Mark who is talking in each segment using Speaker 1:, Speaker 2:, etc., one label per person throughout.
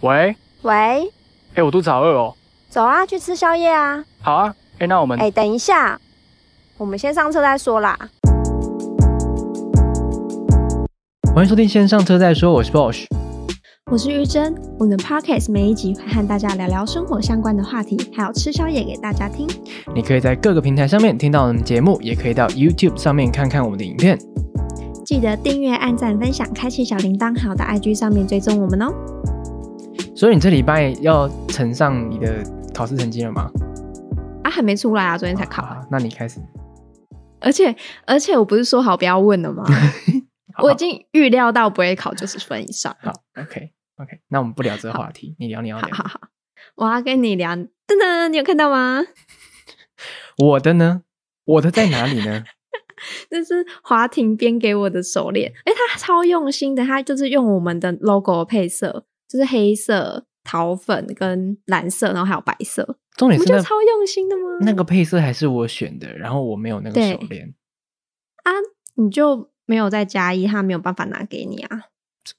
Speaker 1: 喂，
Speaker 2: 喂，
Speaker 1: 哎，我肚子好饿哦。
Speaker 2: 走啊，去吃宵夜啊！
Speaker 1: 好啊，哎，那我们
Speaker 2: 哎、等一下，我们先上车再说啦。
Speaker 1: 欢迎收听线上车再说，我是 Bosch。
Speaker 2: 我是玉珍，我们的 podcast 每一集会和大家聊聊生活相关的话题，还有吃宵夜给大家听。
Speaker 1: 你可以在各个平台上面听到我们的节目，也可以到 YouTube 上面看看我们的影片。
Speaker 2: 记得订阅、按赞、分享、开启小铃铛，还有到 IG 上面追踪我们哦。
Speaker 1: 所以你这礼拜要呈上你的考试成绩了吗？
Speaker 2: 啊，还没出来啊，昨天才考
Speaker 1: 好
Speaker 2: 完。
Speaker 1: 啊，那你开始。
Speaker 2: 而且而且我不是说好不要问 了吗？
Speaker 1: 好
Speaker 2: 我已经预料到不会考九十分以上。
Speaker 1: 好，OK OK，那我们不聊这个话题，你聊你要
Speaker 2: 好
Speaker 1: 聊
Speaker 2: 好。好，我要跟你聊。噔噔，你有看到吗？
Speaker 1: 我的呢？我的在哪里 呢？
Speaker 2: 这是华庭编给我的手链，哎，它超用心的，它就是用我们的 logo 配色，就是黑色、桃粉跟蓝色，然后还有白色，
Speaker 1: 重
Speaker 2: 我
Speaker 1: 点
Speaker 2: 们
Speaker 1: 是
Speaker 2: 觉
Speaker 1: 那
Speaker 2: 得超用心的吗？
Speaker 1: 那个配色还是我选的，然后我没有那个
Speaker 2: 对
Speaker 1: 手链，
Speaker 2: 你就没有再加一，它没有办法拿给你啊。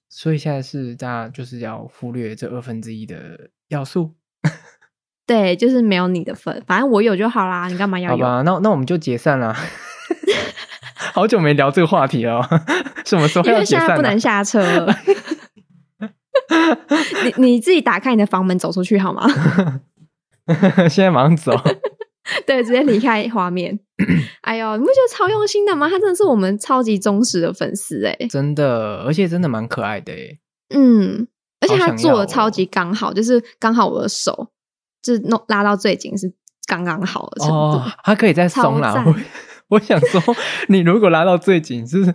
Speaker 1: 所以现在是大家就是要忽略这二分之一的要素。
Speaker 2: 对，就是没有你的份，反正我有就好啦，你干嘛要
Speaker 1: 好
Speaker 2: 有？
Speaker 1: 吧，那那我们就解 散啦。好久没聊这个话题了哦， 什么时候
Speaker 2: 因
Speaker 1: 要
Speaker 2: 为
Speaker 1: 解
Speaker 2: 现在
Speaker 1: 散啊
Speaker 2: 不
Speaker 1: 呢、
Speaker 2: 能下车。 你你自己打开你的房门走出去好吗？
Speaker 1: 现在马上走。
Speaker 2: 对，直接离开画 面。哎呦，你不觉得超用心的吗？他真的是我们超级忠实的粉丝哎、
Speaker 1: 真的，而且真的蛮可爱的欸耶。
Speaker 2: 嗯，而且
Speaker 1: 好
Speaker 2: 他
Speaker 1: 想
Speaker 2: 做
Speaker 1: 要
Speaker 2: 的超
Speaker 1: 哦
Speaker 2: 级刚好，就是刚好我的手就是弄拉到最紧是刚刚好的程度。
Speaker 1: 哦，它可以再松啦
Speaker 2: 超。赞
Speaker 1: 我我想说，你如果拉到最紧，是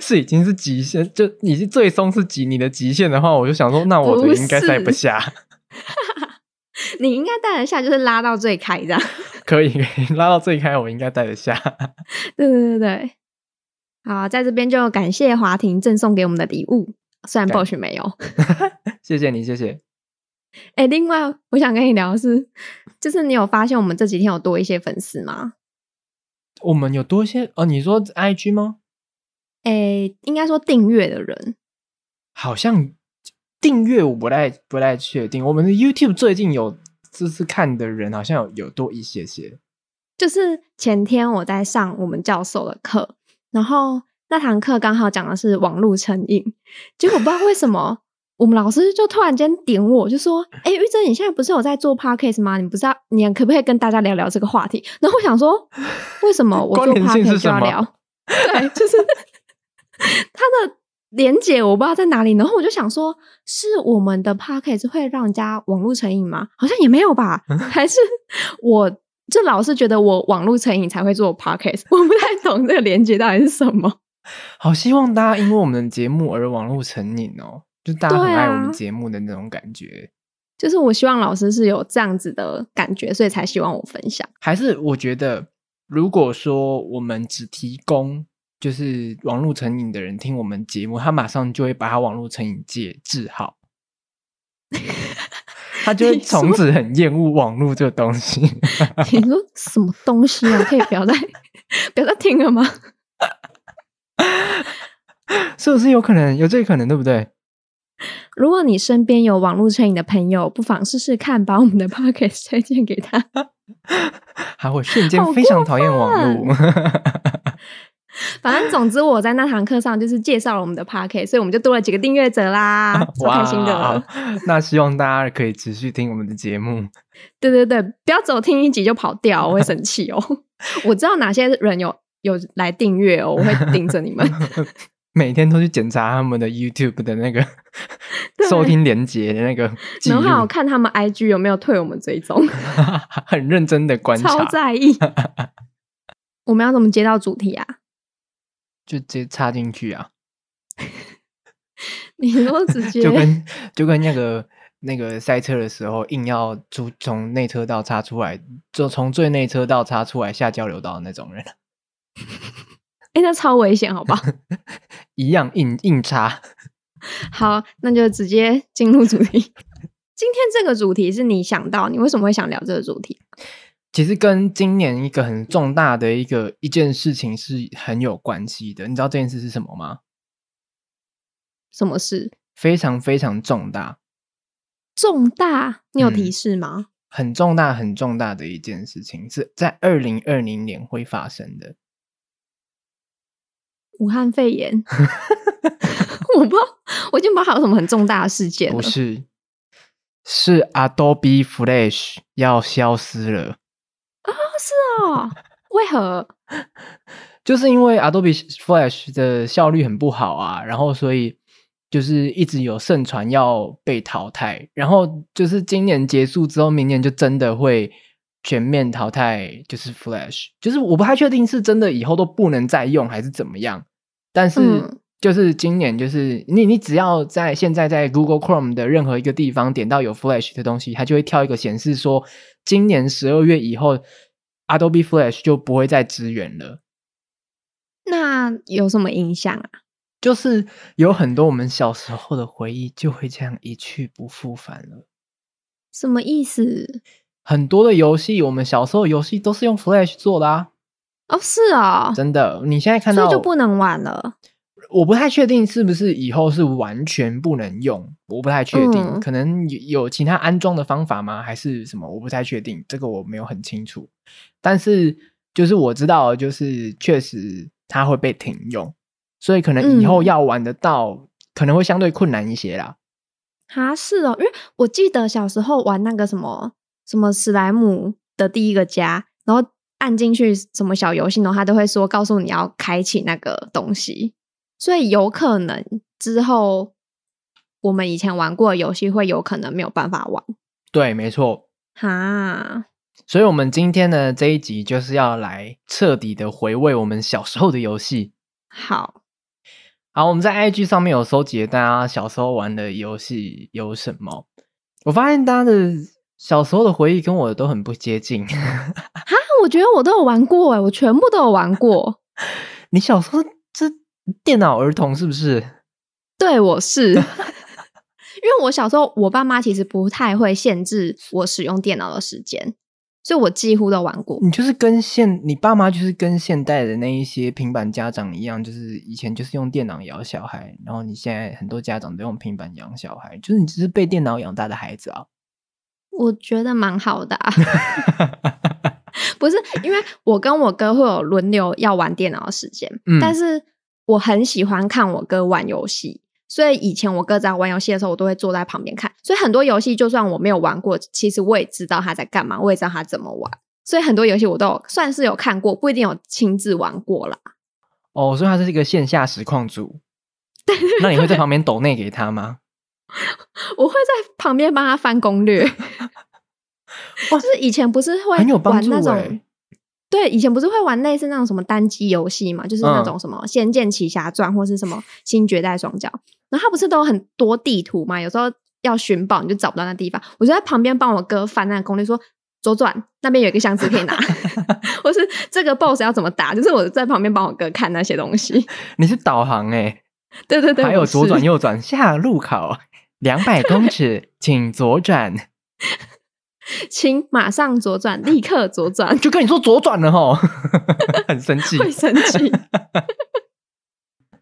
Speaker 1: 是已经是极限，就你是最松是极你的极限的话，我就想说，那我
Speaker 2: 不
Speaker 1: 的应该塞不
Speaker 2: 是
Speaker 1: 下。
Speaker 2: 你应该戴得下，就是拉到最开这样。
Speaker 1: 可以，可以拉到最开，我应该带得下。
Speaker 2: 对对对对。好，在这边就感谢华庭赠送给我们的礼物，虽然
Speaker 1: 感
Speaker 2: Bosch 没有。
Speaker 1: 谢谢你，谢谢。
Speaker 2: 哎、另外我想跟你聊的是，就是你有发现我们这几天有多一些粉丝吗？
Speaker 1: 我们有多些哦？你说 IG 吗？
Speaker 2: 哎、应该说订阅的人，
Speaker 1: 好像订阅我不太不太确定。我们的 YouTube 最近有就是看的人好像有有多一些些。
Speaker 2: 就是前天我在上我们教授的课，然后那堂课刚好讲的是网络成瘾，结果不知道为什么我们老师就突然间点我，就说：“哎、玉珍，你现在不是有在做 podcast 吗？你不知道你可不可以跟大家聊聊这个话题？”然后我想说，为什么我
Speaker 1: 关
Speaker 2: 做
Speaker 1: 联性是
Speaker 2: podcast 就
Speaker 1: 什
Speaker 2: 要
Speaker 1: 么
Speaker 2: 聊？ 对，就是他的连结我不知道在哪里，然后我就想说，是我们的 podcast 会让人家网络成瘾吗？好像也没有吧， 还是我这老是觉得我网络成瘾才会做 podcast，我不太懂这个连接到底是什么。
Speaker 1: 好希望大家因为我们的节目而网络成瘾哦，就大家很
Speaker 2: 对啊
Speaker 1: 爱我们节目的那种感觉。
Speaker 2: 就是我希望老师是有这样子的感觉，所以才希望我分享。
Speaker 1: 还是我觉得，如果说我们只提供就是网络成瘾的人听我们节目，他马上就会把他网络成瘾戒治好，他就会
Speaker 2: 你说
Speaker 1: 从此很厌恶网络这个东西。
Speaker 2: 你说什么东西啊？可以不要再 不要再听了吗？
Speaker 1: 是不是有可能有这个可能，对不对？
Speaker 2: 如果你身边有网络成瘾的朋友，不妨试试看，把我们的 podcast 推荐给他。
Speaker 1: 他会啊瞬间
Speaker 2: 好
Speaker 1: 非常讨厌网
Speaker 2: 过
Speaker 1: 络。
Speaker 2: 反正总之，我在那堂课上就是介绍了我们的 podcast，所以我们就多了几个订阅者啦，超开心的
Speaker 1: 哇。！那希望大家可以持续听我们的节目。
Speaker 2: 对对对，不要只有听一集就跑掉，我会生气哦。 我知道哪些人有有来订阅哦，我会盯着你们。
Speaker 1: 每天都去检查他们的 YouTube 的那个
Speaker 2: 对
Speaker 1: 收听连接的那个 记
Speaker 2: 然
Speaker 1: 录
Speaker 2: 后，还有看他们 IG 有没有退我们追踪，
Speaker 1: 很认真的观
Speaker 2: 超
Speaker 1: 察，
Speaker 2: 在 意。我们要怎么接到主题啊？
Speaker 1: 就直接插进去啊，
Speaker 2: 你说直接
Speaker 1: 就跟就跟那个那个塞车的时候，硬要出从内车道插出来，就从最内车道插出来下交流道的那种人
Speaker 2: 哎、那超危险，好不 好？
Speaker 1: 一样硬硬插。
Speaker 2: 好，那就直接进入主题。 今天这个主题是你想到，你为什么会想聊这个主题？
Speaker 1: 其实跟今年一个很重大的一个一件事情是很有关系的。你知道这件事是什么吗？
Speaker 2: 什么事？
Speaker 1: 非常非常重大，
Speaker 2: 重大，你有
Speaker 1: 嗯
Speaker 2: 提示吗？
Speaker 1: 很重大、很重大的一件事情，是在二零二零年会发生的。
Speaker 2: 武汉肺 炎， 我不知道，我已经不知道还有什么很重大的事件了
Speaker 1: 不。是，是 Adobe Flash 要消失了，
Speaker 2: 哦，为何？
Speaker 1: 就是因为 Adobe Flash 的效率很不好啊，然后所以就是一直有盛传要被淘汰，然后就是今年结束之后，明年就真的会。全面淘汰就是 Flash，就是我不太确定是真的以后都不能再用还是怎么样，但是
Speaker 2: 嗯
Speaker 1: 就是今年就是你你只要在现在在 Google Chrome 的任何一个地方点到有 Flash 的东西，它就会跳一个显示说今年十二月以后 Adobe Flash 就不会再支援了。
Speaker 2: 那有什么影响啊？
Speaker 1: 就是有很多我们小时候的回忆就会这样一去不复返了。
Speaker 2: 什么意思？
Speaker 1: 很多的游戏，我们小时候的游戏都是用 Flash 做的啊，
Speaker 2: 哦，是哦，
Speaker 1: 真的。你现在看
Speaker 2: 所
Speaker 1: 到
Speaker 2: 以就不能玩了。
Speaker 1: 我不太确定是不是以后是完全不能用，我不太确定，
Speaker 2: 嗯
Speaker 1: 可能有有其他安装的方法吗？还是什么？我不太确定，这个我没有很清楚。但是就是我知道，就是确实它会被停用，所以可能以后
Speaker 2: 嗯
Speaker 1: 要玩得到，可能会相对困难一些啦。
Speaker 2: 啊，是哦，因为我记得小时候玩那个什么什么史莱姆的第一个家，然后按进去什么小游戏，然后他都会说告诉你要开启那个东西，所以有可能之后我们以前玩过的游戏会有可能没有办法玩
Speaker 1: 对，没错。
Speaker 2: 哈。
Speaker 1: 所以，我们今天呢这一集就是要来彻底的回味我们小时候的游戏。
Speaker 2: 好，
Speaker 1: 好，我们在 IG 上面有收集大家小时候玩的游戏有什么？我发现大家的小时候的回忆跟我的都很不接近。
Speaker 2: 那我觉得我都有玩过哎，我全部都有玩过。
Speaker 1: 你小时候这电脑儿童是不是？
Speaker 2: 对，我 是，因为我小时候我爸妈其实不太会限制我使用电脑的时间，所以我几乎都玩过。
Speaker 1: 你就是跟现你爸妈就是跟现代的那一些平板家长一样，就是以前就是用电脑养小孩，然后你现在很多家长都用平板养小孩，就是你只是被电脑养大的孩子啊。
Speaker 2: 我觉得蛮好的、 啊，不是因为我跟我哥会有轮流要玩电脑的时间，
Speaker 1: 嗯
Speaker 2: 但是我很喜欢看我哥玩游戏，所以以前我哥在玩游戏的时候，我都会坐在旁边看。所以很多游戏就算我没有玩过，其实我也知道他在干嘛，我也知道他怎么玩。所以很多游戏我都有算是有看过，不一定有亲自玩过啦。
Speaker 1: 哦，所以他是一个线下实况组。那你会在旁边抖内给他吗？
Speaker 2: 我会在旁边帮他翻攻 略。就是以前不是会
Speaker 1: 很有帮
Speaker 2: 玩
Speaker 1: 助
Speaker 2: 那种，
Speaker 1: 欸
Speaker 2: 对，以前不是会玩类似那种什么单机游戏嘛，就是那
Speaker 1: 嗯
Speaker 2: 种什么《仙剑奇侠传》或是什么《新绝代双骄》，然后它不是都有很多地图嘛，有时候要寻宝你就找不到那地方，我就在旁边帮我哥翻那个攻略说。左转，那边有一个箱子可以 拿，或是这个 boss 要怎么打，就是我在旁边帮我哥看那些东西。
Speaker 1: 你是导航哎、
Speaker 2: 对对对，
Speaker 1: 还有
Speaker 2: 我是
Speaker 1: 左转右转下路口，两百公 尺，请左转。
Speaker 2: 请马上左转，立刻左 转。
Speaker 1: 就跟你说左转了吼， 很生气。
Speaker 2: 会生气。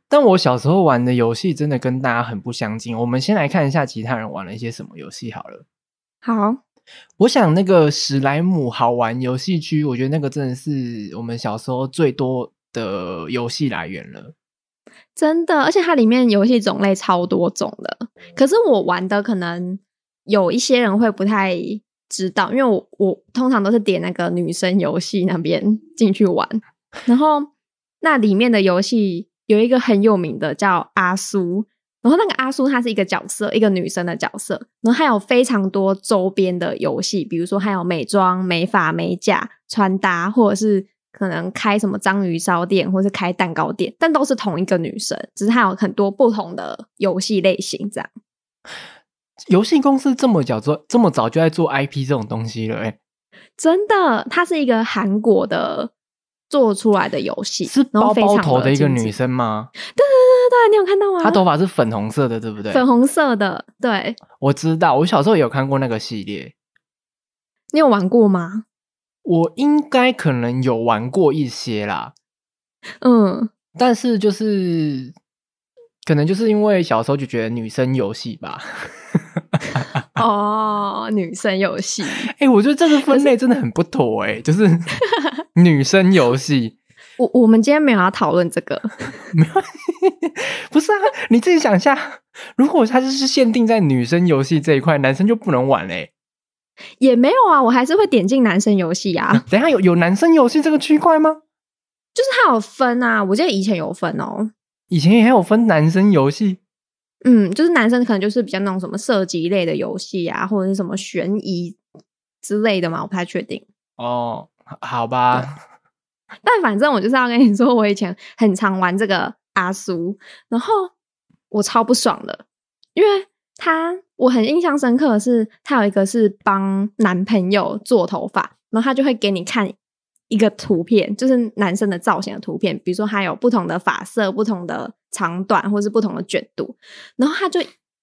Speaker 1: 但我小时候玩的游戏真的跟大家很不相近。我们先来看一下其他人玩了一些什么游戏好了。
Speaker 2: 好，
Speaker 1: 我想那个史莱姆好玩游戏区，我觉得那个真的是我们小时候最多的游戏来源了。
Speaker 2: 真的，而且它里面游戏种类超多种的。可是我玩的可能有一些人会不太知道，因为我我通常都是点那个女生游戏那边进去玩，然后那里面的游戏有一个很有名的叫阿苏。然后那个阿苏，她是一个角色，一个女生的角色。然后还有非常多周边的游戏，比如说还有美妆、美发、美甲、穿搭，或者是可能开什么章鱼烧店，或是开蛋糕店，但都是同一个女生，只是她有很多不同的游戏类型。这样
Speaker 1: 游戏公司这么早做，这么早就在做 IP 这种东西了、欸，
Speaker 2: 真的，她是一个韩国的做出来的游戏，
Speaker 1: 是
Speaker 2: 然
Speaker 1: 包
Speaker 2: 后非
Speaker 1: 包
Speaker 2: 常
Speaker 1: 头的一个
Speaker 2: 精致
Speaker 1: 女，生吗？
Speaker 2: 对对对，你有看到吗？
Speaker 1: 她头发是粉红色的，对不对？
Speaker 2: 粉红色的，对
Speaker 1: 我知道，我小时候有看过那个系列，
Speaker 2: 你有玩过吗？
Speaker 1: 我应该可能有玩过一些啦，
Speaker 2: 嗯，
Speaker 1: 但是就是可能就是因为小时候就觉得女生游戏吧，
Speaker 2: 哦，女生游戏，
Speaker 1: 哎、我觉得这个分类真的很不妥哎、 就是女生游戏
Speaker 2: 我我们今天没有要讨论这个，
Speaker 1: 不是啊？你自己想一下，如果它就是限定在女生游戏这一块，男生就不能玩哎嘞、
Speaker 2: 也没有啊，我还是会点进男生游戏啊，
Speaker 1: 等一下有有男生游戏这个区块吗？
Speaker 2: 就是它有分啊，我记得以前有分哦，
Speaker 1: 以前也有分男生游戏，
Speaker 2: 嗯，就是男生可能就是比较那种什么射击类的游戏啊，或者是什么悬疑之类的嘛，我不太确定。
Speaker 1: 哦，好吧，
Speaker 2: 但反正我就是要跟你说，我以前很常玩这个阿苏，然后我超不爽的，因为他我很印象深刻的是，他有一个是帮男朋友做头发，然后他就会给你看一个图片，就是男生的造型的图片，比如说他有不同的发色、不同的长短，或是不同的卷度，然后他就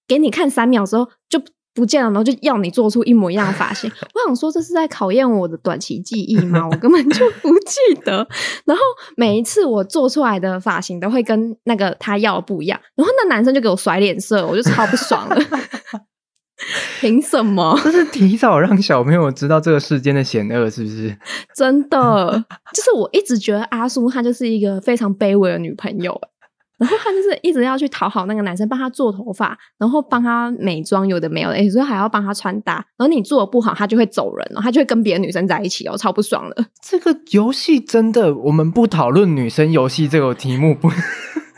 Speaker 2: 给你看三秒之后就。不见了，然后就要你做出一模一样的发型。我想说，这是在考验我的短期记忆吗？我根本就不记得。然后每一次我做出来的发型都会跟那个他要的不一样，然后那男生就给我甩脸色，我就超不爽了。 凭什么？
Speaker 1: 这是提早让小朋友知道这个世间的险恶，是不是？
Speaker 2: 真的，就是我一直觉得阿苏她就是一个非常卑微的女朋友，欸然后她就是一直要去讨好那个男生，帮他做头发，然后帮他美妆，有的没有的，有时候还要帮他穿搭。然后你做的不好，他就会走人哦，他就会跟别的女生在一起哦，超不爽的。
Speaker 1: 这个游戏真的，我们不讨论女生游戏这个题目不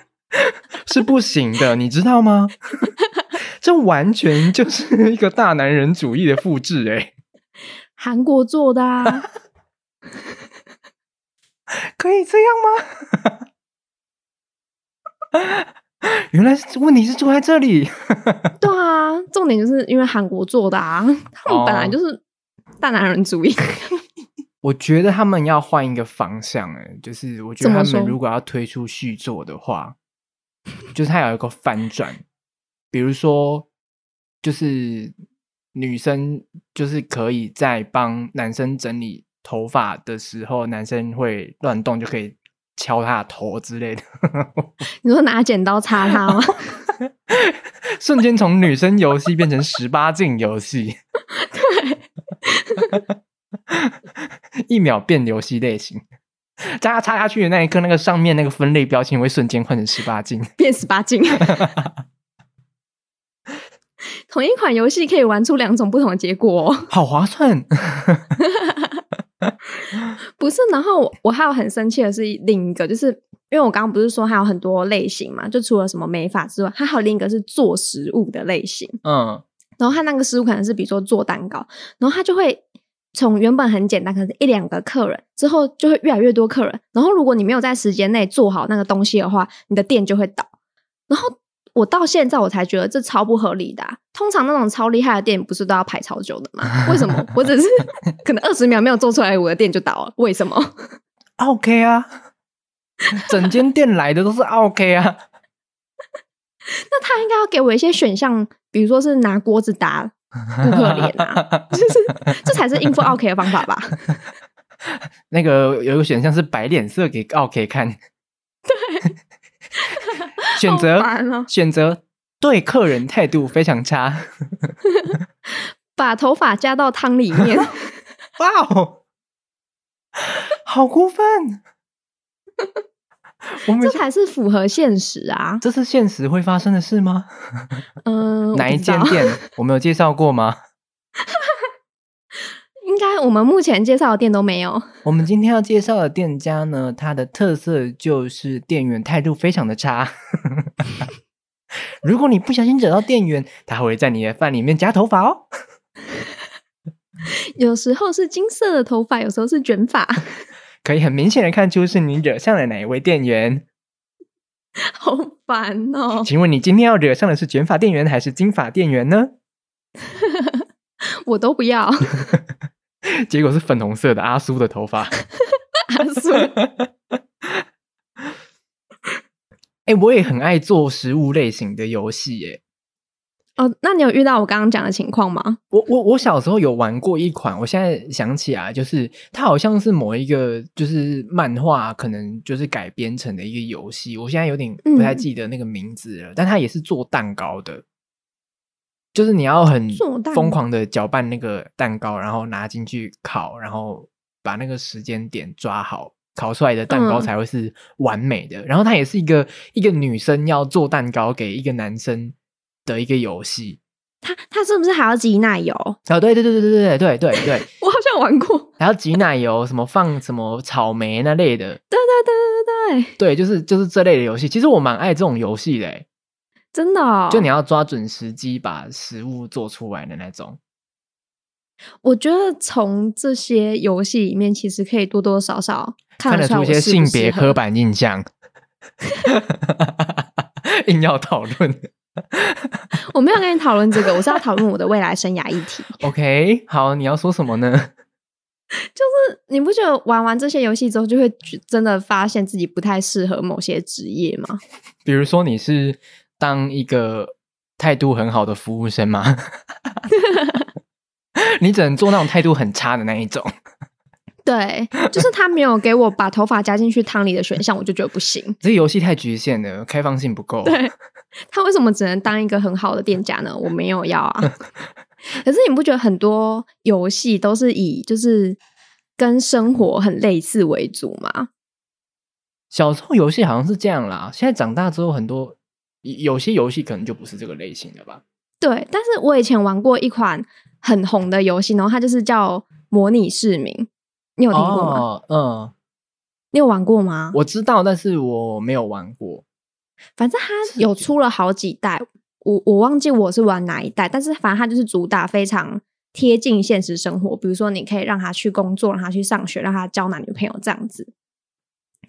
Speaker 1: 是不行 的，你知道吗？这完全就是一个大男人主义的复制、欸，
Speaker 2: 韩国做的啊。
Speaker 1: 哎，可以这样吗？ 原来是问题是出在这里，
Speaker 2: 对啊，重点就是因为韩国做的啊， 他们本来就是大男人主义。
Speaker 1: 我觉得他们要换一个方向、欸，哎，就是我觉得
Speaker 2: 怎么
Speaker 1: 他
Speaker 2: 说
Speaker 1: 们如果要推出续作的话，就是它有一个翻转，比如说，就是女生就是可以在帮男生整理头发的时候，男生会乱动就可以敲他的头之类的，
Speaker 2: 你说拿剪刀插他吗？
Speaker 1: 瞬间从女生游戏变成十八禁游戏，对，一秒变游戏类型。在它插下去的那一刻，那个上面那个分类标签会瞬间换成十八禁。
Speaker 2: 变十八禁。同一款游戏可以玩出两种不同的结果、哦，
Speaker 1: 好划算。
Speaker 2: 不是？然后我我还有很生气的是另一个，就是因为我刚刚不是说还有很多类型嘛，就除了什么美发之外，它还有另一个是做食物的类型。
Speaker 1: 嗯，
Speaker 2: 然后他那个食物可能是比如说做蛋糕，然后他就会从原本很简单，可能是一两个客人之后就会越来越多客人，然后如果你没有在时间内做好那个东西的话，你的店就会倒。然后我到现在我才觉得这超不合理的啊、通常那种超厉害的店不是都要排超久的吗？为什么我 只是可能二十秒没有做出来，我的店就倒了？为什么？
Speaker 1: OK 啊，整间店来的都是 OK 啊。
Speaker 2: 那他应该要给我一些选项，比如说是拿锅子打顾客脸啊， 就是这才是应付 OK 的方法吧。
Speaker 1: 那个有一个选项是摆脸色给 OK 看，对， 选择
Speaker 2: 好烦哦
Speaker 1: 选择对客人态度非常差。
Speaker 2: 把头发加到汤里 面，
Speaker 1: 哇 哦，好过分！ 我们
Speaker 2: 这才是符合现实啊。
Speaker 1: 这是现实会发生的事吗？
Speaker 2: 嗯，
Speaker 1: 哪
Speaker 2: 我
Speaker 1: 一
Speaker 2: 不知道
Speaker 1: 间？店我们有介绍过吗？
Speaker 2: 应该我们目前介绍的店都没有。
Speaker 1: 我们今天要介绍的店家呢，它的特色就是店员态度非常 的差。 如果你不小心惹到店员，他会在你的饭里面夹头发哦。
Speaker 2: 有时候是金色的头发，有时候是卷发，
Speaker 1: 可以很明显的看出是你惹上了哪一位店员。
Speaker 2: 好烦哦！
Speaker 1: 请问你今天要惹上的是卷发店员还是金发店员呢？
Speaker 2: 我都不 要。阿
Speaker 1: 结果是粉红色的阿苏的头发。
Speaker 2: 苏，
Speaker 1: 哎、我也很爱做食物类型的游戏哎耶。
Speaker 2: 哦，那你有遇到我刚刚讲的情况吗？
Speaker 1: 我我我小时候有玩过一款，我现在想起来，就是它好像是某一个就是漫画，可能就是改编成的一个游
Speaker 2: 嗯
Speaker 1: 戏。我现在有点不太记得那个名字了，但它也是做蛋糕的。就是你要很
Speaker 2: 做蛋
Speaker 1: 疯狂的搅拌那个蛋糕，然后拿进去烤，然后把那个时间点抓好，烤出来的蛋糕
Speaker 2: 嗯
Speaker 1: 才会是完美的。然后它也是一个一个女生要做蛋糕给一个男生的一个游戏。
Speaker 2: 它它是不是还要挤奶油？
Speaker 1: 哦，对对对对对对对对对，
Speaker 2: 我好像玩过。
Speaker 1: 还要挤奶油，什么放什么草莓那类的，
Speaker 2: 对对对对对对，
Speaker 1: 对，就是就是这类的游戏。其实我蛮爱这种游戏的欸，
Speaker 2: 真的、哦。
Speaker 1: 就你要抓准时机把食物做出来的那种。
Speaker 2: 我觉得从这些游戏里面，其实可以多多少少看
Speaker 1: 看得
Speaker 2: 出来
Speaker 1: 出一
Speaker 2: 我
Speaker 1: 些
Speaker 2: 适不
Speaker 1: 性
Speaker 2: 适
Speaker 1: 别
Speaker 2: 合
Speaker 1: 刻。板印象，硬要讨论。
Speaker 2: 我没有跟你讨论这个，我是要讨论我的未来生涯议题。
Speaker 1: OK，好，你要说什么呢？
Speaker 2: 就是你不觉得玩完这些游戏之后，就会觉真的发现自己不太适合某些职业吗？
Speaker 1: 比如说你是当一个态度很好的服务生吗？ 你只能做那种态度很差的那一种。
Speaker 2: 对，就是他没有给我把头发加进去汤里的选项，我就觉得不行。
Speaker 1: 这游戏太局限了，开放性不够。
Speaker 2: 对他为什么只能当一个很好的店家呢？我没有要啊。可是你不觉得很多游戏都是以就是跟生活很类似为主吗？
Speaker 1: 小时候游戏好像是这样啦，现在长大之后很多有些游戏可能就不是这个类型的吧。
Speaker 2: 对，但是我以前玩过一款很红的游戏，然后它就是叫《模拟市民》，你有听过吗？
Speaker 1: 哦，嗯，
Speaker 2: 你有玩过吗？
Speaker 1: 我知道，但是我没有玩过。
Speaker 2: 反正它有出了好几代，我我忘记我是玩哪一代，但是反正它就是主打非常贴近现实生活，比如说你可以让他去工作，让他去上学，让他交男女朋友这样子。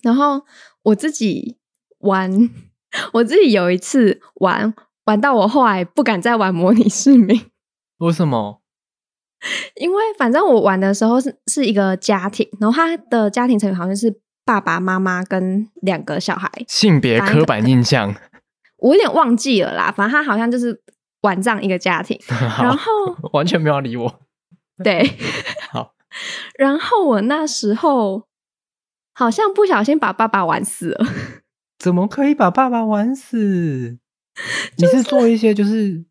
Speaker 2: 然后我自己玩，我自己有一次玩玩到我后来不敢再玩模拟市民，
Speaker 1: 为什么？
Speaker 2: 因为反正我玩的时候是是一个家庭，然后他的家庭成员好像是爸爸妈妈跟两个小孩，
Speaker 1: 性别刻板印象。
Speaker 2: 我有点忘记了啦，反正他好像就是晚上一个家庭，然
Speaker 1: 好，
Speaker 2: 后
Speaker 1: 完全没有理我。
Speaker 2: 对，
Speaker 1: 好，
Speaker 2: 然后我那时候好像不小心把爸爸玩死了，
Speaker 1: 怎么可以把爸爸玩死？你是做一些就是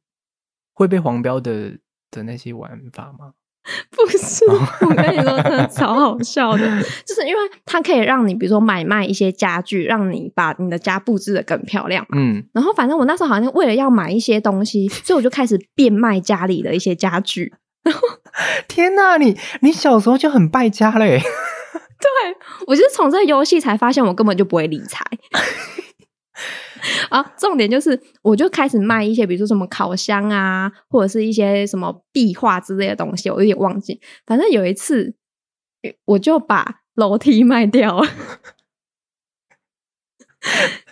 Speaker 1: 会被黄标的的那些玩法吗？
Speaker 2: 不是，我跟你说真的超好笑的，就是因为它可以让你比如说买卖一些家具，让你把你的家布置的更漂亮嘛。
Speaker 1: 嗯，
Speaker 2: 然后反正我那时候好像为了要买一些东西，所以我就开始变卖家里的一些家具。
Speaker 1: 天哪，你你小时候就很败家嘞！
Speaker 2: 我就是从这个游戏才发现，我根本就不会理 财。啊，重点就是，我就开始卖一些，比如说什么烤箱啊，或者是一些什么壁画之类的东西，我有点忘记。反正有一次，我就把楼梯卖掉了。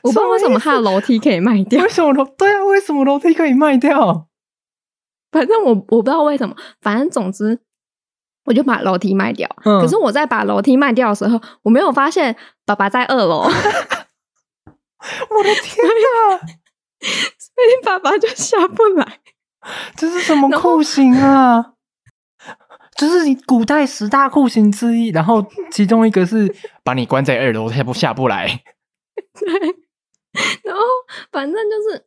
Speaker 2: 我不知道为什么他的楼梯可以卖掉
Speaker 1: 为，什么楼？对啊，为什么楼梯可以卖掉？
Speaker 2: 反正我我不知道为什么，反正总之，我就把楼梯卖掉。
Speaker 1: 嗯
Speaker 2: 可是我在把楼梯卖掉的时候，我没有发现爸爸在二楼。
Speaker 1: 我的天 哪，
Speaker 2: 所以爸爸就下不来。
Speaker 1: 这是什么酷刑 啊？这是你古代十大酷刑之一，然后其中一个是把你关在二楼下不下不来。
Speaker 2: 然后反正就是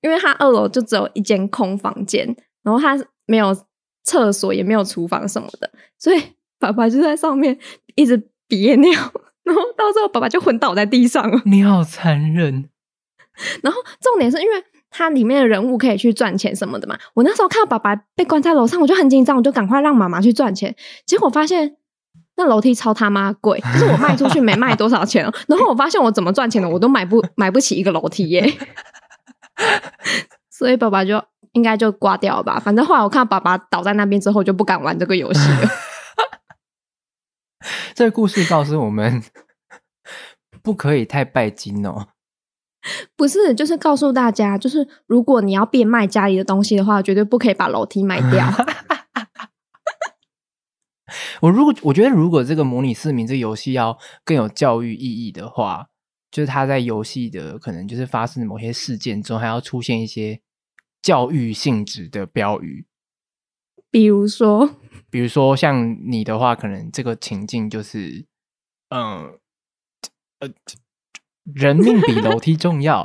Speaker 2: 因为他二楼就只有一间空房间，然后他没有厕所，也没有厨房什么的，所以爸爸就在上面一直憋尿。然后到最后，爸爸就昏倒在地上了。
Speaker 1: 你好残忍。
Speaker 2: 然后重点是因为它里面的人物可以去赚钱什么的嘛。我那时候看到爸爸被关在楼上，我就很紧张，我就赶快让妈妈去赚钱。结果发现那楼梯超他妈贵， 就是我卖出去没卖多少钱哦，然后我发现我怎么赚钱的我都买不 买不起一个楼梯耶。 所以爸爸就应该就挂掉了吧。反正后来我看到爸爸倒在那边之后，我就不敢玩这个游戏了。
Speaker 1: 这个故事告诉我们， 不可以太拜金哦。
Speaker 2: 不是，就是告诉大家，就是如果你要变卖家里的东西的话，绝对不可以把楼梯卖掉。
Speaker 1: 我如果我觉得，如果这个模拟市民这个游戏要更有教育意义的话，就是它在游戏的可能就是发生某些事件中，还要出现一些教育性质的标语，
Speaker 2: 比如说，
Speaker 1: 比如说像你的话，可能这个情境就是，嗯，呃，人命比楼梯重要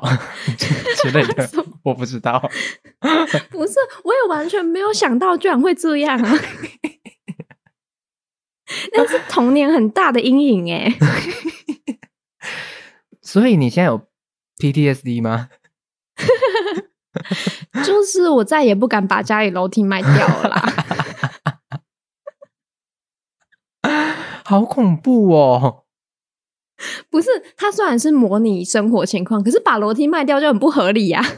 Speaker 1: 之类的，我不知道。
Speaker 2: 不是，我也完全没有想到居然会这样啊！那是童年很大的阴影哎、
Speaker 1: 所以你现在有 PTSD 吗？
Speaker 2: 就是我再也不敢把家里楼梯卖掉了啦。
Speaker 1: 好恐怖哦！
Speaker 2: 不是，它虽然是模拟生活情况，可是把楼梯卖掉就很不合理啊呀、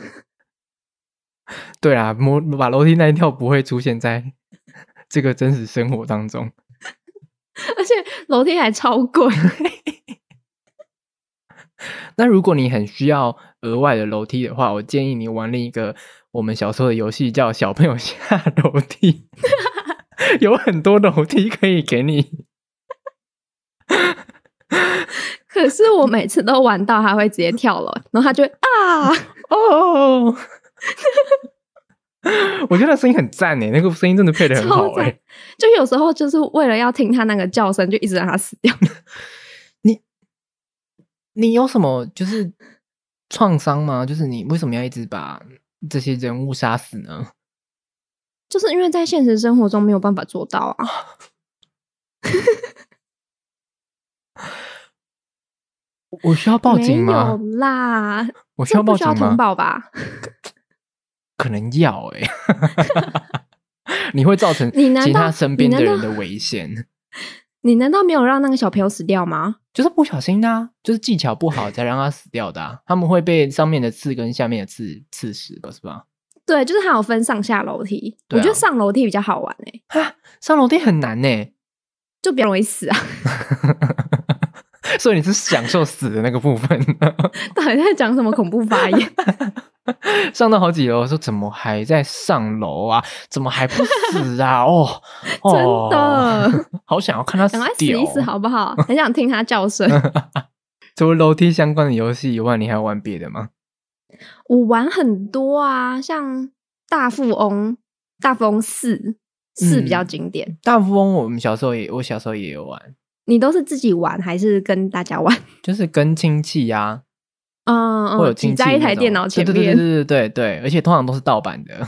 Speaker 1: 对啦，摸把楼梯那一跳不会出现在 这个真实生活当中。
Speaker 2: 而且楼梯还超贵。
Speaker 1: 那如果你很需要额外的楼梯的话，我建议你玩另一个我们小时候的游戏，叫“小朋友下楼梯”， 有很多楼梯可以给你。
Speaker 2: 可是我每次都玩到他会直接跳楼，然后他就会 啊，
Speaker 1: 哦，我觉得那声音很赞欸诶，那个声音真的配的很好欸
Speaker 2: 超
Speaker 1: 诶。
Speaker 2: 赞！就有时候就是为了要听他那个叫声，就一直让他死掉。
Speaker 1: 你有什么就是创伤吗？就是你为什么要一直把这些人物杀死呢？
Speaker 2: 就是因为在现实生活中没有办法做到啊。
Speaker 1: 我我需要报警吗？
Speaker 2: 没有啦，
Speaker 1: 我需
Speaker 2: 这
Speaker 1: 要
Speaker 2: 不
Speaker 1: 报
Speaker 2: 需
Speaker 1: 警
Speaker 2: 要通
Speaker 1: 吗？
Speaker 2: 报吧？
Speaker 1: 可能要诶， 你会造成
Speaker 2: 你难道
Speaker 1: 其他身边的
Speaker 2: 你难
Speaker 1: 人
Speaker 2: 道
Speaker 1: 的危险，
Speaker 2: 你难道没有让那个小朋友死掉吗？
Speaker 1: 就是不小心的、啊，就是技巧不好才让他死掉的、啊。他们会被上面的刺跟下面的刺刺死，是吧？
Speaker 2: 对，就是还有分上下楼梯。
Speaker 1: 对啊
Speaker 2: 我觉得上楼梯比较好玩哎、
Speaker 1: 啊，上楼梯很难欸呢、
Speaker 2: 就比较容易死啊！
Speaker 1: 所以你是享受死的那个部分，
Speaker 2: 到底在讲什么恐怖发言？
Speaker 1: 上到好几楼，说怎么还在上楼啊？怎么还不 死啊？哦，
Speaker 2: 真
Speaker 1: 哦
Speaker 2: 的，
Speaker 1: 好想要看他死
Speaker 2: 赶快死
Speaker 1: 掉
Speaker 2: 一死
Speaker 1: 哦。
Speaker 2: 好不 好？很想听他叫声。
Speaker 1: 除了楼梯相关的游戏以外，你还有玩别的吗？
Speaker 2: 我玩很多啊，像大富翁、大富翁四
Speaker 1: 嗯
Speaker 2: 四比较经典。
Speaker 1: 大富翁，我们小时候也，我小时候也有玩，
Speaker 2: 你都是自己玩还是跟大家玩？
Speaker 1: 就是跟亲戚呀、
Speaker 2: 嗯
Speaker 1: 会有
Speaker 2: 嗯，
Speaker 1: 亲
Speaker 2: 挤
Speaker 1: 戚
Speaker 2: 在一台电脑前面。
Speaker 1: 对对对对对对，而且通常都是盗版的，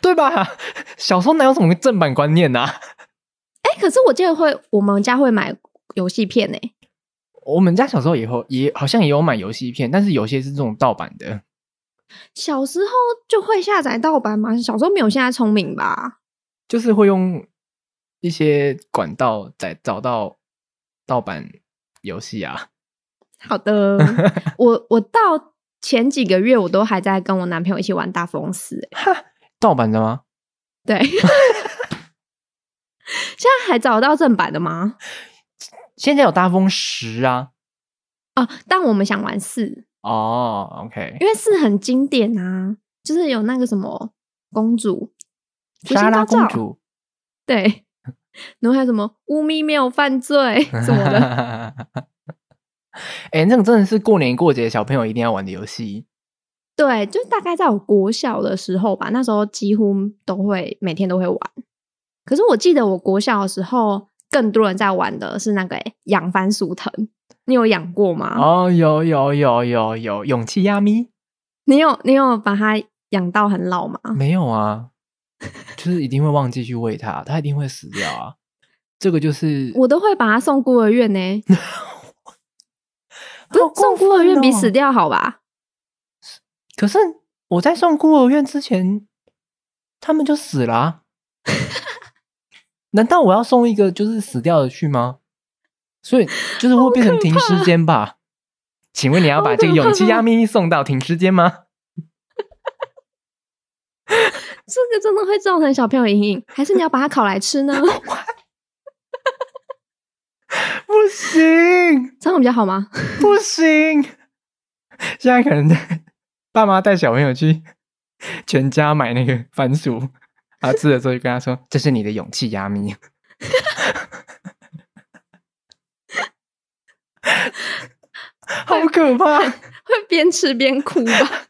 Speaker 1: 对吧？小时候哪有什么正版观念呐、啊？
Speaker 2: 哎、可是我记得会，我们家会买游戏片欸诶、
Speaker 1: 我们家小时候也有也好像也有买游戏片，但是有些是这种盗版的。
Speaker 2: 小时候就会下载盗版吗？小时候没有现在聪明吧？
Speaker 1: 就是会用一些管道在找到盗版游戏啊。
Speaker 2: 好的， 我我到前几个月我都还在跟我男朋友一起玩大风四、欸，
Speaker 1: 盗版的吗？
Speaker 2: 对。现在还找得到正版的吗？
Speaker 1: 现在有大风十啊。
Speaker 2: 哦，但我们想玩四，
Speaker 1: 哦，OK，
Speaker 2: 因为四很经典啊，就是有那个什么公主，福星
Speaker 1: 莎拉
Speaker 2: 高照
Speaker 1: 公，主
Speaker 2: 对， 然后还有什么乌咪没有犯罪 什么的，
Speaker 1: 的。哎、那个真的是过年过节小朋友一定要玩的游戏。
Speaker 2: 对，就大概在我国小的时候吧，那时候几乎都会每天都会玩。可是我记得我国小的时候，更多人在玩的是那个欸养番薯藤。你有养过吗？
Speaker 1: 哦，有有有有有，勇气压咪
Speaker 2: 你有你有把它养到很老吗？
Speaker 1: 没有啊？就是一定会忘记去喂它，它一定会死掉啊。这个就是
Speaker 2: 我都会把它送孤儿院呢、 不
Speaker 1: 好
Speaker 2: 是
Speaker 1: 过
Speaker 2: 送孤儿院比
Speaker 1: 分哦
Speaker 2: 死掉好吧？
Speaker 1: 可是我在送孤儿院之前，他们就死了、啊。 难道我要送一个就是死掉的去吗？所以就是会变成停尸间吧？请问你要把这个
Speaker 2: 好可怕
Speaker 1: 勇气压咪送到停尸 间吗？
Speaker 2: 这个真的会造成小朋友阴影，还是你要把它烤来吃呢？
Speaker 1: 不行，
Speaker 2: 这样比较好吗？
Speaker 1: 不行！现在可 能爸妈带小朋友去全家买那个番薯，他吃的时候就跟他说：“ 这是你的勇气压咪。” 好可怕，
Speaker 2: 会边吃边哭吧？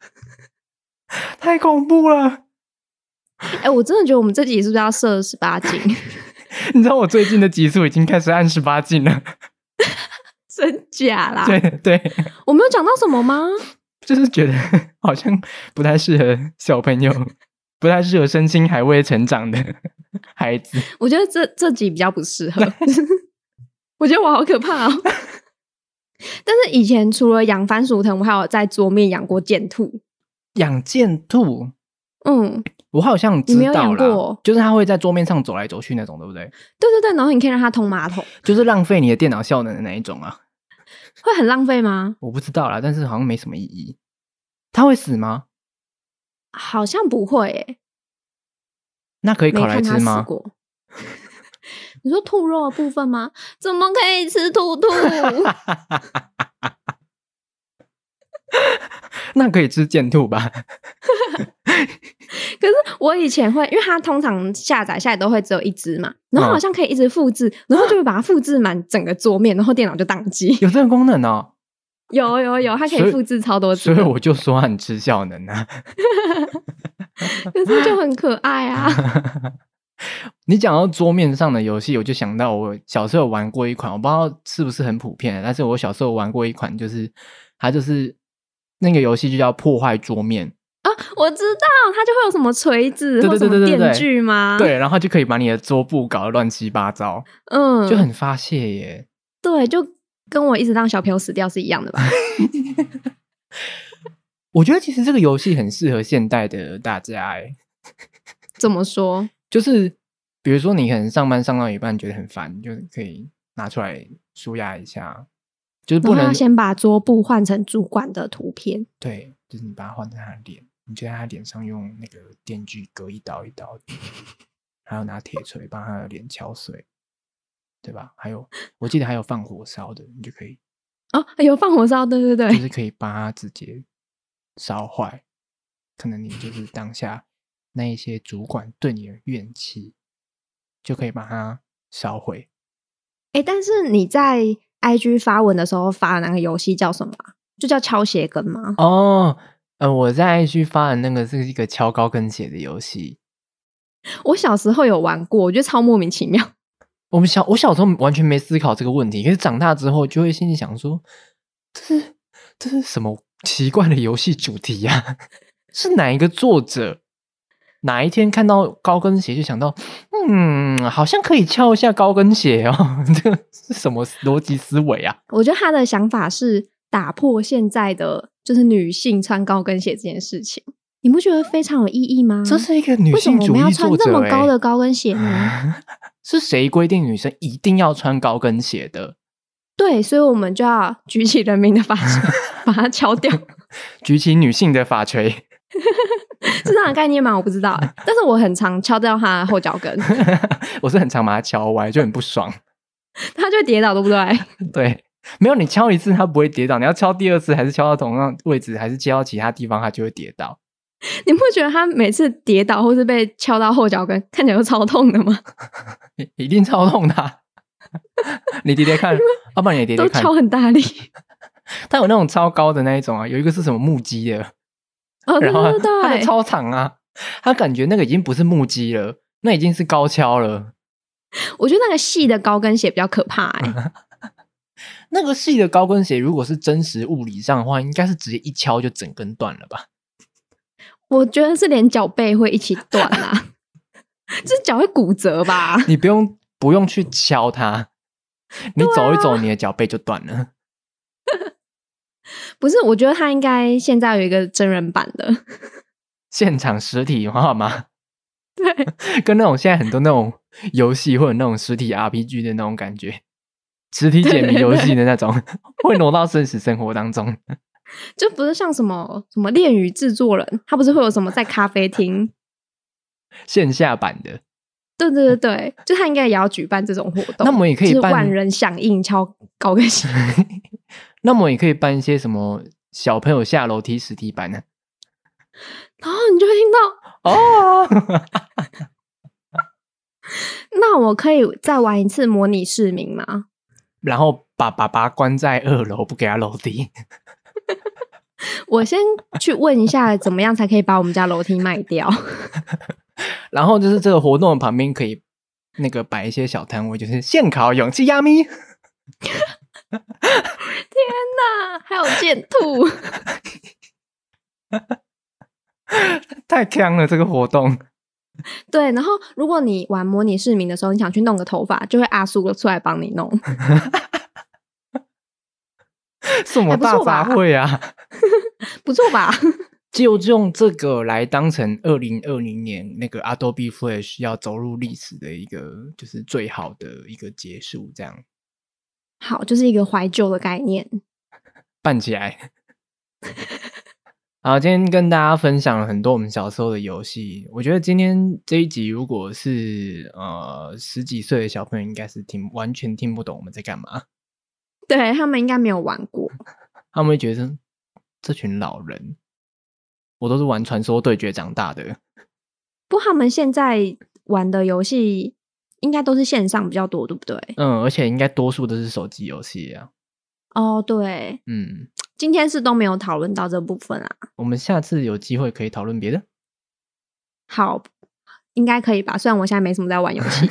Speaker 1: 太恐怖了！
Speaker 2: 哎、我真的觉得我们这集是不是要设十八禁？
Speaker 1: 你知道我最近的集数已经开始按十八禁了，
Speaker 2: 假啦。
Speaker 1: 对对，
Speaker 2: 我没有讲到什么吗？
Speaker 1: 就是觉得好像不太适合小朋友，不太适合身心还未成长的孩子。
Speaker 2: 我觉得这这集比较不适合。 我觉得我好可怕哦。 但是以前除了养番薯藤，我还有在桌面养过剑兔。
Speaker 1: 养剑兔，
Speaker 2: 嗯，
Speaker 1: 我好像
Speaker 2: 你没
Speaker 1: 知
Speaker 2: 有
Speaker 1: 道
Speaker 2: 养
Speaker 1: 啦
Speaker 2: 过，
Speaker 1: 就是它会在桌面上走来走去那种，对不对？
Speaker 2: 对对对，然后你可以让它通马桶，
Speaker 1: 就是浪费你的电脑效能的那一种啊。
Speaker 2: 会很浪费吗？
Speaker 1: 我不知道啦，但是好像没什么意义。它会死吗？
Speaker 2: 好像不会诶、
Speaker 1: 那可以
Speaker 2: 没
Speaker 1: 烤来
Speaker 2: 看
Speaker 1: 吃
Speaker 2: 它死
Speaker 1: 吗？
Speaker 2: 过。 你说兔肉的部分吗？怎么可以吃兔 兔？
Speaker 1: 那可以吃剑兔吧？
Speaker 2: 可是我以前会，因为它通常下载下来都会只有一只嘛，然后
Speaker 1: 嗯
Speaker 2: 好像可以一直复制，然后就会把它复制满整个桌面，然后电脑就宕机。
Speaker 1: 有这个功能哦，
Speaker 2: 有有有，它可
Speaker 1: 所
Speaker 2: 以复制超多只
Speaker 1: 所以
Speaker 2: 的，
Speaker 1: 我就说很吃效能啊。
Speaker 2: 可是就很可爱 啊。
Speaker 1: 你讲到桌面上的游戏，我就想到我小时候有玩过一款，我不知道是不是很普遍，啊但是我小时候玩过一款，就是它就是那个游戏就叫破坏桌面，
Speaker 2: 啊，我知道，它就会有什么锤子
Speaker 1: 对
Speaker 2: 或
Speaker 1: 对
Speaker 2: 什
Speaker 1: 对对
Speaker 2: 么
Speaker 1: 对
Speaker 2: 电
Speaker 1: 对
Speaker 2: 锯吗？，
Speaker 1: 对，然后就可以把你的桌布搞得乱七八糟，
Speaker 2: 嗯，
Speaker 1: 就很发泄耶。
Speaker 2: 对，就跟我一直让小朋友死掉是一样 的吧？
Speaker 1: 我觉得其实这个游戏很适合现代的大家哎，
Speaker 2: 怎么说？
Speaker 1: 就是比如说你可能上班上到一半觉得很烦，就可以拿出来舒压一下，就是
Speaker 2: 然
Speaker 1: 不
Speaker 2: 后要
Speaker 1: 能
Speaker 2: 先把桌布换成主管的图片，
Speaker 1: 对，就是你把它换在他的脸，你就在他脸上用那个电锯割一刀一刀， 还有拿铁锤把他的脸敲碎，对吧？还有我记得还有放火烧的，你就可以
Speaker 2: 哦，有放火烧，对对
Speaker 1: 就
Speaker 2: 对，
Speaker 1: 是可以把它直接烧坏。可能你就是当下那一些主管对你的怨气，就可以把它烧毁。
Speaker 2: 哎，但是你在 IG 发文的时候发的那个游戏叫什么啊？就叫敲鞋跟吗？
Speaker 1: 哦，呃，我在 IG 发的那个是一个敲高跟鞋的游戏。
Speaker 2: 我小时候有玩过，我觉得超莫名其妙。
Speaker 1: 我们小我小时候完全没思考这个问题，可是长大之后就会心里想说，这是这是什么奇怪的游戏主题呀、 是哪一个作者？哪一天看到高跟鞋就想到，嗯，好像可以翘一下高跟鞋哦， 这个是什么逻辑思维啊？
Speaker 2: 我觉得他的想法是打破现在的就是女性穿高跟鞋这件事情，你不觉得非常有意义吗？
Speaker 1: 这是一个女
Speaker 2: 嗯为什
Speaker 1: 性
Speaker 2: 么我
Speaker 1: 主
Speaker 2: 们要
Speaker 1: 义
Speaker 2: 穿
Speaker 1: 作者、欸、
Speaker 2: 这么高 的高跟鞋呢？
Speaker 1: 是谁规定女生一定要穿高跟鞋的？
Speaker 2: 对，所以我们就要举起人民的法锤 把它敲掉，
Speaker 1: 举起女性的法锤，
Speaker 2: 是这样的概念吗？我不知道欸、但是我很常敲掉他的后脚 跟，
Speaker 1: 我是很常把它敲歪，就很不爽。
Speaker 2: 他就会跌倒，对不 对？
Speaker 1: 对，没有你敲一次它不会跌倒，你要敲第二次还是敲到同样位置，还是敲到其他地方它就会跌倒。
Speaker 2: 你不觉得他每次跌倒或是被敲到后脚跟，看起来都超痛的吗？
Speaker 1: 一一定超痛的啊、 你叠 叠看，要不然你叠
Speaker 2: 都
Speaker 1: 叠看。
Speaker 2: 敲很大力。
Speaker 1: 它有那种超高的那一种啊，有一个是什么木屐的，
Speaker 2: 哦，对
Speaker 1: 然后
Speaker 2: 对
Speaker 1: 它的
Speaker 2: 对，
Speaker 1: 超长啊，它感觉那个已经不是木屐了，那已经是高跷了。
Speaker 2: 我觉得那个细的高跟鞋比较可怕、
Speaker 1: 嗯
Speaker 2: 欸。
Speaker 1: 那个细的高跟鞋，如果是真实物理上的话，应该是直接一敲就整根断了吧？
Speaker 2: 我觉得是连脚背会一起断啦、 就是脚会骨折吧？
Speaker 1: 你不用不用去敲它，你
Speaker 2: 啊
Speaker 1: 走一走，你的脚背就断了。
Speaker 2: 不是，我觉得他应该现在有一个真人版的。
Speaker 1: 现场实体化吗？
Speaker 2: 对，
Speaker 1: 跟那种现在很多那种游戏或者那种实体 RPG 的那种感觉，实体解谜游戏的那种，会挪到真实生活当中。
Speaker 2: 就不是像什么什么恋与制作人，他不是会有什么在咖啡厅？
Speaker 1: 线下版的，
Speaker 2: 对对对对，就他应该也要举办这种活动。
Speaker 1: 那我们也可以
Speaker 2: 就是
Speaker 1: 办
Speaker 2: 万人响应敲高跟鞋，
Speaker 1: 那么也可以办一些什么小朋友下楼梯实体版呢？
Speaker 2: 然后你就会听到。
Speaker 1: 哦，
Speaker 2: 那我可以再玩一次模拟市民吗？
Speaker 1: 然后把爸爸关在二楼，不给他楼梯。
Speaker 2: 我先去问一下，怎么样才可以把我们家楼梯卖掉？
Speaker 1: 然后就是这个活动的旁边可以那个摆一些小摊位，就是现烤勇气压咪。
Speaker 2: 哪，还有剑兔，
Speaker 1: 太强了这个活动。
Speaker 2: 对。然后如果你玩模拟市民的时候，你想去弄个头发，就会阿苏出来帮你弄。
Speaker 1: 什么
Speaker 2: 还不
Speaker 1: 大
Speaker 2: 错吧
Speaker 1: 杂烩啊！
Speaker 2: 不错吧？
Speaker 1: 就用这个来当成二零二零年那个 Adobe Flash 要走入历史的一个，就是最好的一个结束，这样
Speaker 2: 好，就是一个怀旧的概念。
Speaker 1: 办起来。好，今天跟大家分享了很多我们小时候的游戏。我觉得今天这一集，如果是呃十几岁的小朋友，应该是听完全听不懂我们在干嘛。
Speaker 2: 对他们应该没有玩过，
Speaker 1: 他们会觉得这群老人，我都是玩传说对决长大的。
Speaker 2: 不过他们现在玩的游戏应该都是线上比较多，对不对？
Speaker 1: 嗯，而且应该多数都是手机游戏啊。
Speaker 2: 哦，对，
Speaker 1: 嗯，
Speaker 2: 今天是都没有讨论到这部分啊。
Speaker 1: 我们下次有机会可以讨论别的。
Speaker 2: 好，应该可以吧？虽然我现在没什么在玩游戏。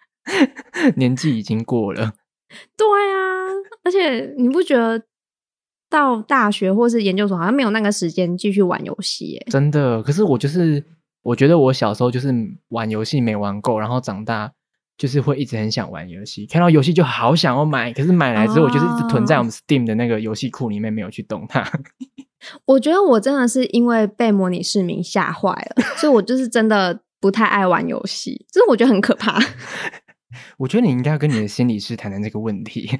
Speaker 1: 年纪已经过了，
Speaker 2: 对啊，而且你不觉得到大学或是研究所好像没有那个时间继续玩游戏耶？
Speaker 1: 真的。可是我就是，我觉得我小时候就是玩游戏没玩够，然后长大就是会一直很想玩游戏，看到游戏就好想要买，可是买来之后我就是一直囤
Speaker 2: 哦
Speaker 1: 在我们 Steam 的那个游戏库里面，没有去动它。
Speaker 2: 我觉得我真的是因为被模拟市民吓坏了，所以我就是真的不太爱玩游戏，这我觉得很可怕。
Speaker 1: 我觉得你应该要跟你的心理师谈谈这个问题。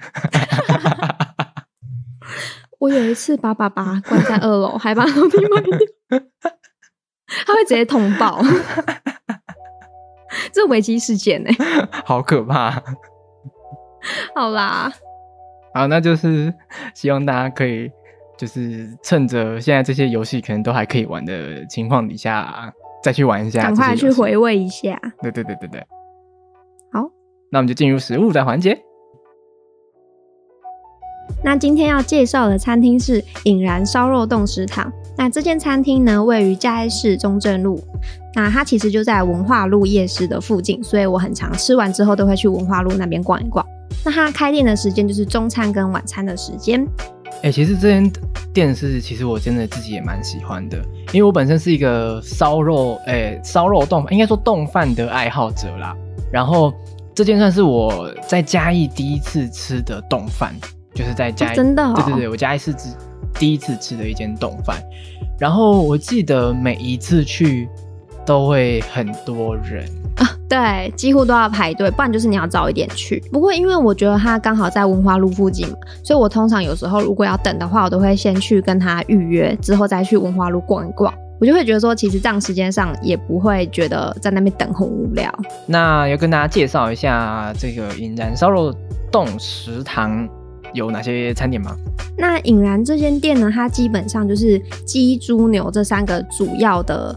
Speaker 2: 我有一次把爸爸关在二楼，还把楼梯卖掉， 他会直接通报。这危机事件呢、
Speaker 1: 好可怕。
Speaker 2: 好啦，
Speaker 1: 好，那就是希望大家可以就是趁着现在这些游戏可能都还可以玩的情况底下，再去啊玩一下，
Speaker 2: 赶快去。回味一下。
Speaker 1: 对对对对对。
Speaker 2: 好，
Speaker 1: 那我们就进入食物的环节。
Speaker 2: 那今天要介绍的餐厅是隐然烧肉冻食堂。那这间餐厅呢，位于嘉义市中正路。那它其实就在文化路夜市的附近，所以我很常吃完之后都会去文化路那边逛一逛。那它开店的时间就是中餐跟晚餐的时间。
Speaker 1: 哎、其实这间店是，其实我真的自己也蛮喜欢的，因为我本身是一个烧肉，哎、烧肉冻，应该说冻饭的爱好者啦。然后这间算是我在嘉义第一次吃的冻饭，就是在嘉义、
Speaker 2: 哦真的哦
Speaker 1: 对对对，我嘉义是吃第一次吃的一间冻饭。然后我记得每一次去都会很多人，
Speaker 2: 对，几乎都要排队，不然就是你要早一点去。不过因为我觉得它刚好在文化路附近嘛，所以我通常有时候如果要等的话，我都会先去跟他预约，之后再去文化路逛一逛。我就会觉得说，其实这样时间上也不会觉得在那边等很无聊。
Speaker 1: 那要跟大家介绍一下这个隐然烧肉冻食堂有哪些餐点吗？
Speaker 2: 那隐然这间店呢，它基本上就是鸡、猪、牛这三个主要的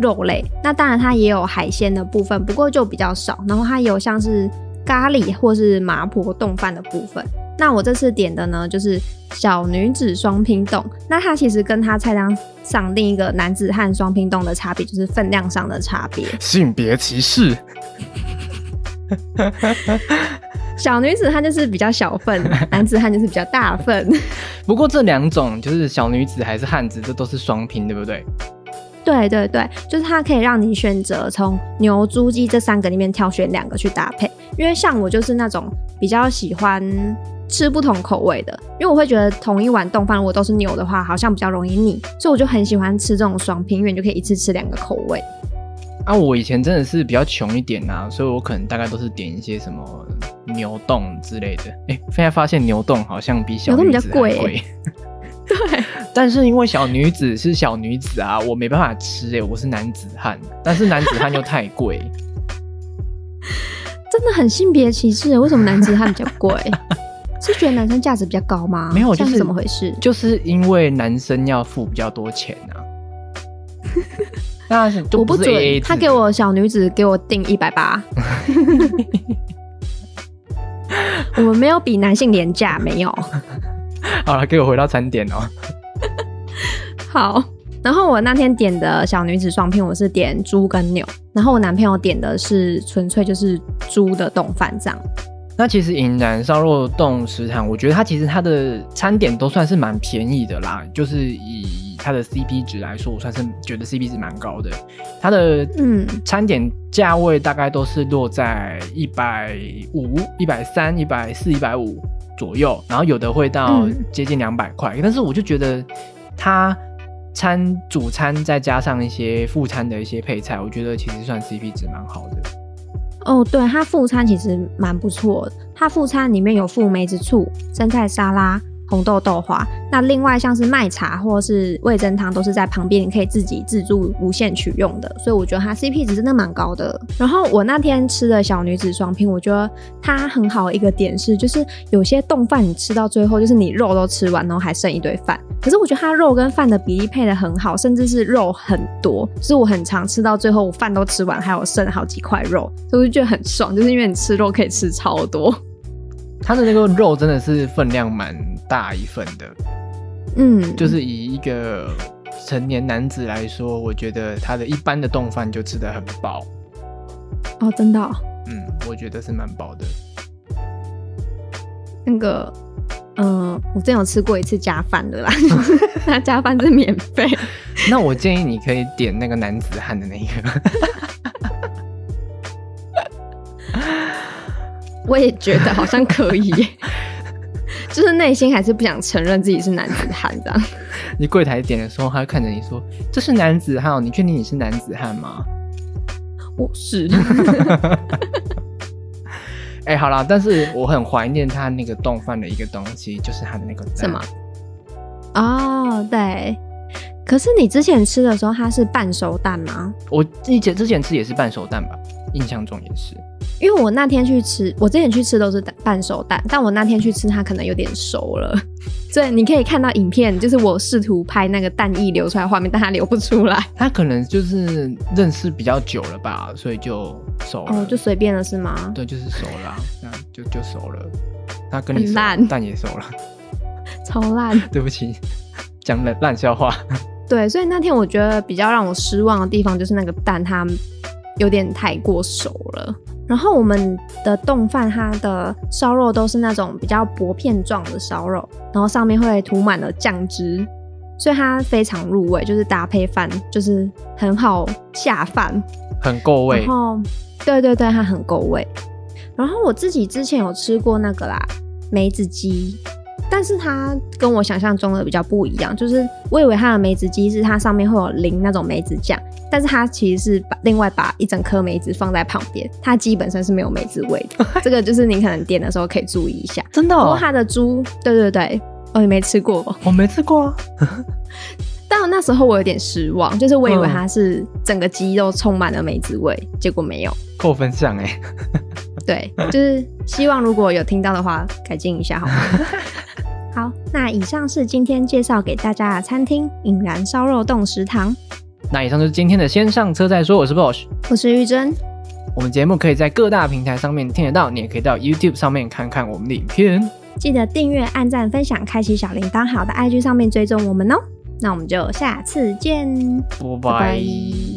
Speaker 2: 肉类。那当然它也有海鲜的部分，不过就比较少。然后它有像是咖喱或是麻婆冻饭的部分。那我这次点的呢，就是小女子双拼冻。那它其实跟它菜单上另一个男子汉双拼冻的差别，就是分量上的差别。
Speaker 1: 性别歧视。
Speaker 2: 小女子汉就是比较小份，男子汉就是比较大份。
Speaker 1: 不过这两种就是小女子还是汉子，这都是双拼，对不对？
Speaker 2: 对对对，就是它可以让你选择从牛、猪、鸡这三个里面挑选两个去搭配。因为像我就是那种比较喜欢吃不同口味的，因为我会觉得同一碗冻饭如果都是牛的话，好像比较容易腻，所以我就很喜欢吃这种双拼，因为你就可以一次吃两个口味。
Speaker 1: 啊，我以前真的是比较穷一点啊，所以我可能大概都是点一些什么牛冻之类的。哎，现在发现牛冻好像比小女
Speaker 2: 牛
Speaker 1: 子
Speaker 2: 冻
Speaker 1: 还
Speaker 2: 比较贵
Speaker 1: 贵。 对，但是因为小女子是小女子啊，我没办法吃哎、我是男子汉，但是男子汉又太贵。
Speaker 2: 真的很性别歧视，为什么男子汉比较 贵？是觉得男生价值比较高吗？
Speaker 1: 没有
Speaker 2: 这
Speaker 1: 就
Speaker 2: 样
Speaker 1: 是
Speaker 2: 怎么回事？
Speaker 1: 就是因为男生要付比较多钱 啊。那是就
Speaker 2: 我不
Speaker 1: 不是
Speaker 2: 准
Speaker 1: AA 制
Speaker 2: 他给我小女子给我定一百八，我们没有比男性廉价，没有。
Speaker 1: 好了，给我回到餐点哦。
Speaker 2: 好，然后我那天点的小女子双拼，我是点猪跟牛，然后我男朋友点的是纯粹就是猪的冻饭这样。
Speaker 1: 那其实银南烧肉冻食堂，我觉得它其实它的餐点都算是蛮便宜的啦，就是以它的 CP 值来说，我算是觉得 CP 值蛮高的。它的
Speaker 2: 嗯
Speaker 1: 餐点价位大概都是落在一百五、一百三、一百四、一百五左右，然后有的会到
Speaker 2: 嗯
Speaker 1: 接近两百块。但是我就觉得它餐主餐再加上一些副餐的一些配菜，我觉得其实算 CP 值蛮好的。
Speaker 2: 哦，对，它副餐其实蛮不错的。它副餐里面有附梅子醋、生菜沙拉、红豆豆花。那另外像是麦茶或是味噌汤，都是在旁边你可以自己自助无限取用的。所以我觉得它 CP 值真的蛮高的。然后我那天吃的小女子双拼，我觉得它很好的一个点是，就是有些冻饭你吃到最后，就是你肉都吃完，然后还剩一堆饭。可是我觉得它肉跟饭的比例配的很好，甚至是肉很多，就是我很常吃到最后，我饭都吃完，还有剩好几块肉，所以我就觉得很爽，就是因为你吃肉可以吃超多。
Speaker 1: 它的那个肉真的是分量蛮大一份的，
Speaker 2: 嗯，
Speaker 1: 就是以一个成年男子来说，我觉得他的一般的冻饭就吃得很饱，
Speaker 2: 哦，真的哦、
Speaker 1: 嗯，我觉得是蛮饱的。
Speaker 2: 那个，嗯、我之前有吃过一次加饭的啦，那加饭是免费。
Speaker 1: 那我建议你可以点那个男子汉的那一个，
Speaker 2: 我也觉得好像可以耶，就是内心还是不想承认自己是男子汉这样。
Speaker 1: 你柜台点的时候，他看着你说：“这是男子汉哦，你确定你是男子汉吗
Speaker 2: 我 是，？”
Speaker 1: 哎、好啦，但是我很怀念他那个冻饭的一个东西，就是他的那个蛋
Speaker 2: 什么？哦，对。可是你之前吃的时候，它是半熟蛋吗？
Speaker 1: 我以前之前吃也是半熟蛋吧，印象中也是。
Speaker 2: 因为我那天去吃，我之前去吃都是半熟蛋，但我那天去吃它可能有点熟了， 所以你可以看到影片，就是我试图拍那个蛋液流出来的画面，但它流不出来，
Speaker 1: 他可能就是认识比较久了吧，所以就熟了。
Speaker 2: 哦，就随便了是吗？
Speaker 1: 对，就是熟了、啊，那就就熟了。他跟你
Speaker 2: 很
Speaker 1: 熟
Speaker 2: 烂
Speaker 1: 蛋也熟了，
Speaker 2: 超烂。
Speaker 1: 对不起，讲了烂笑话。
Speaker 2: 对，所以那天我觉得比较让我失望的地方就是那个蛋它有点太过熟了。然后我们的冻饭它的烧肉都是那种比较薄片状的烧肉，然后上面会涂满了酱汁，所以它非常入味，就是搭配饭就是很好下饭。
Speaker 1: 很够味
Speaker 2: 然，后，对对对，它很够味。然后我自己之前有吃过那个啦，梅子鸡，但是它跟我想象中的比较不一样，就是我以为它的梅子鸡是它上面会有淋那种梅子酱，但是它其实是把另外把一整颗梅子放在旁边，它基本上是没有梅子味的。 这个就是您可能点的时候可以注意一下。
Speaker 1: 真的、
Speaker 2: 不过
Speaker 1: 哦，
Speaker 2: 它的猪，对对对，哦，你没吃过哦，
Speaker 1: 我没吃过啊。
Speaker 2: 但那时候我有点失望，就是我以为
Speaker 1: 嗯
Speaker 2: 它是整个鸡肉充满了梅子味，结果没有。
Speaker 1: 扣分项哎、
Speaker 2: 对，就是希望如果有听到的话，改进一下好 吗？好，那以上是今天介绍给大家的餐厅——引燃烧肉冻食堂。
Speaker 1: 那以上就是今天的先上车再说，我是 Bosch。
Speaker 2: 我是玉珍，
Speaker 1: 我们节目可以在各大平台上面听得到，你也可以到 YouTube 上面看看我们的影片。
Speaker 2: 记得订阅、按赞、分享、开启小铃铛，好的 IG 上面追踪我们哦。那我们就下次见，
Speaker 1: 拜
Speaker 2: 拜
Speaker 1: 拜
Speaker 2: 拜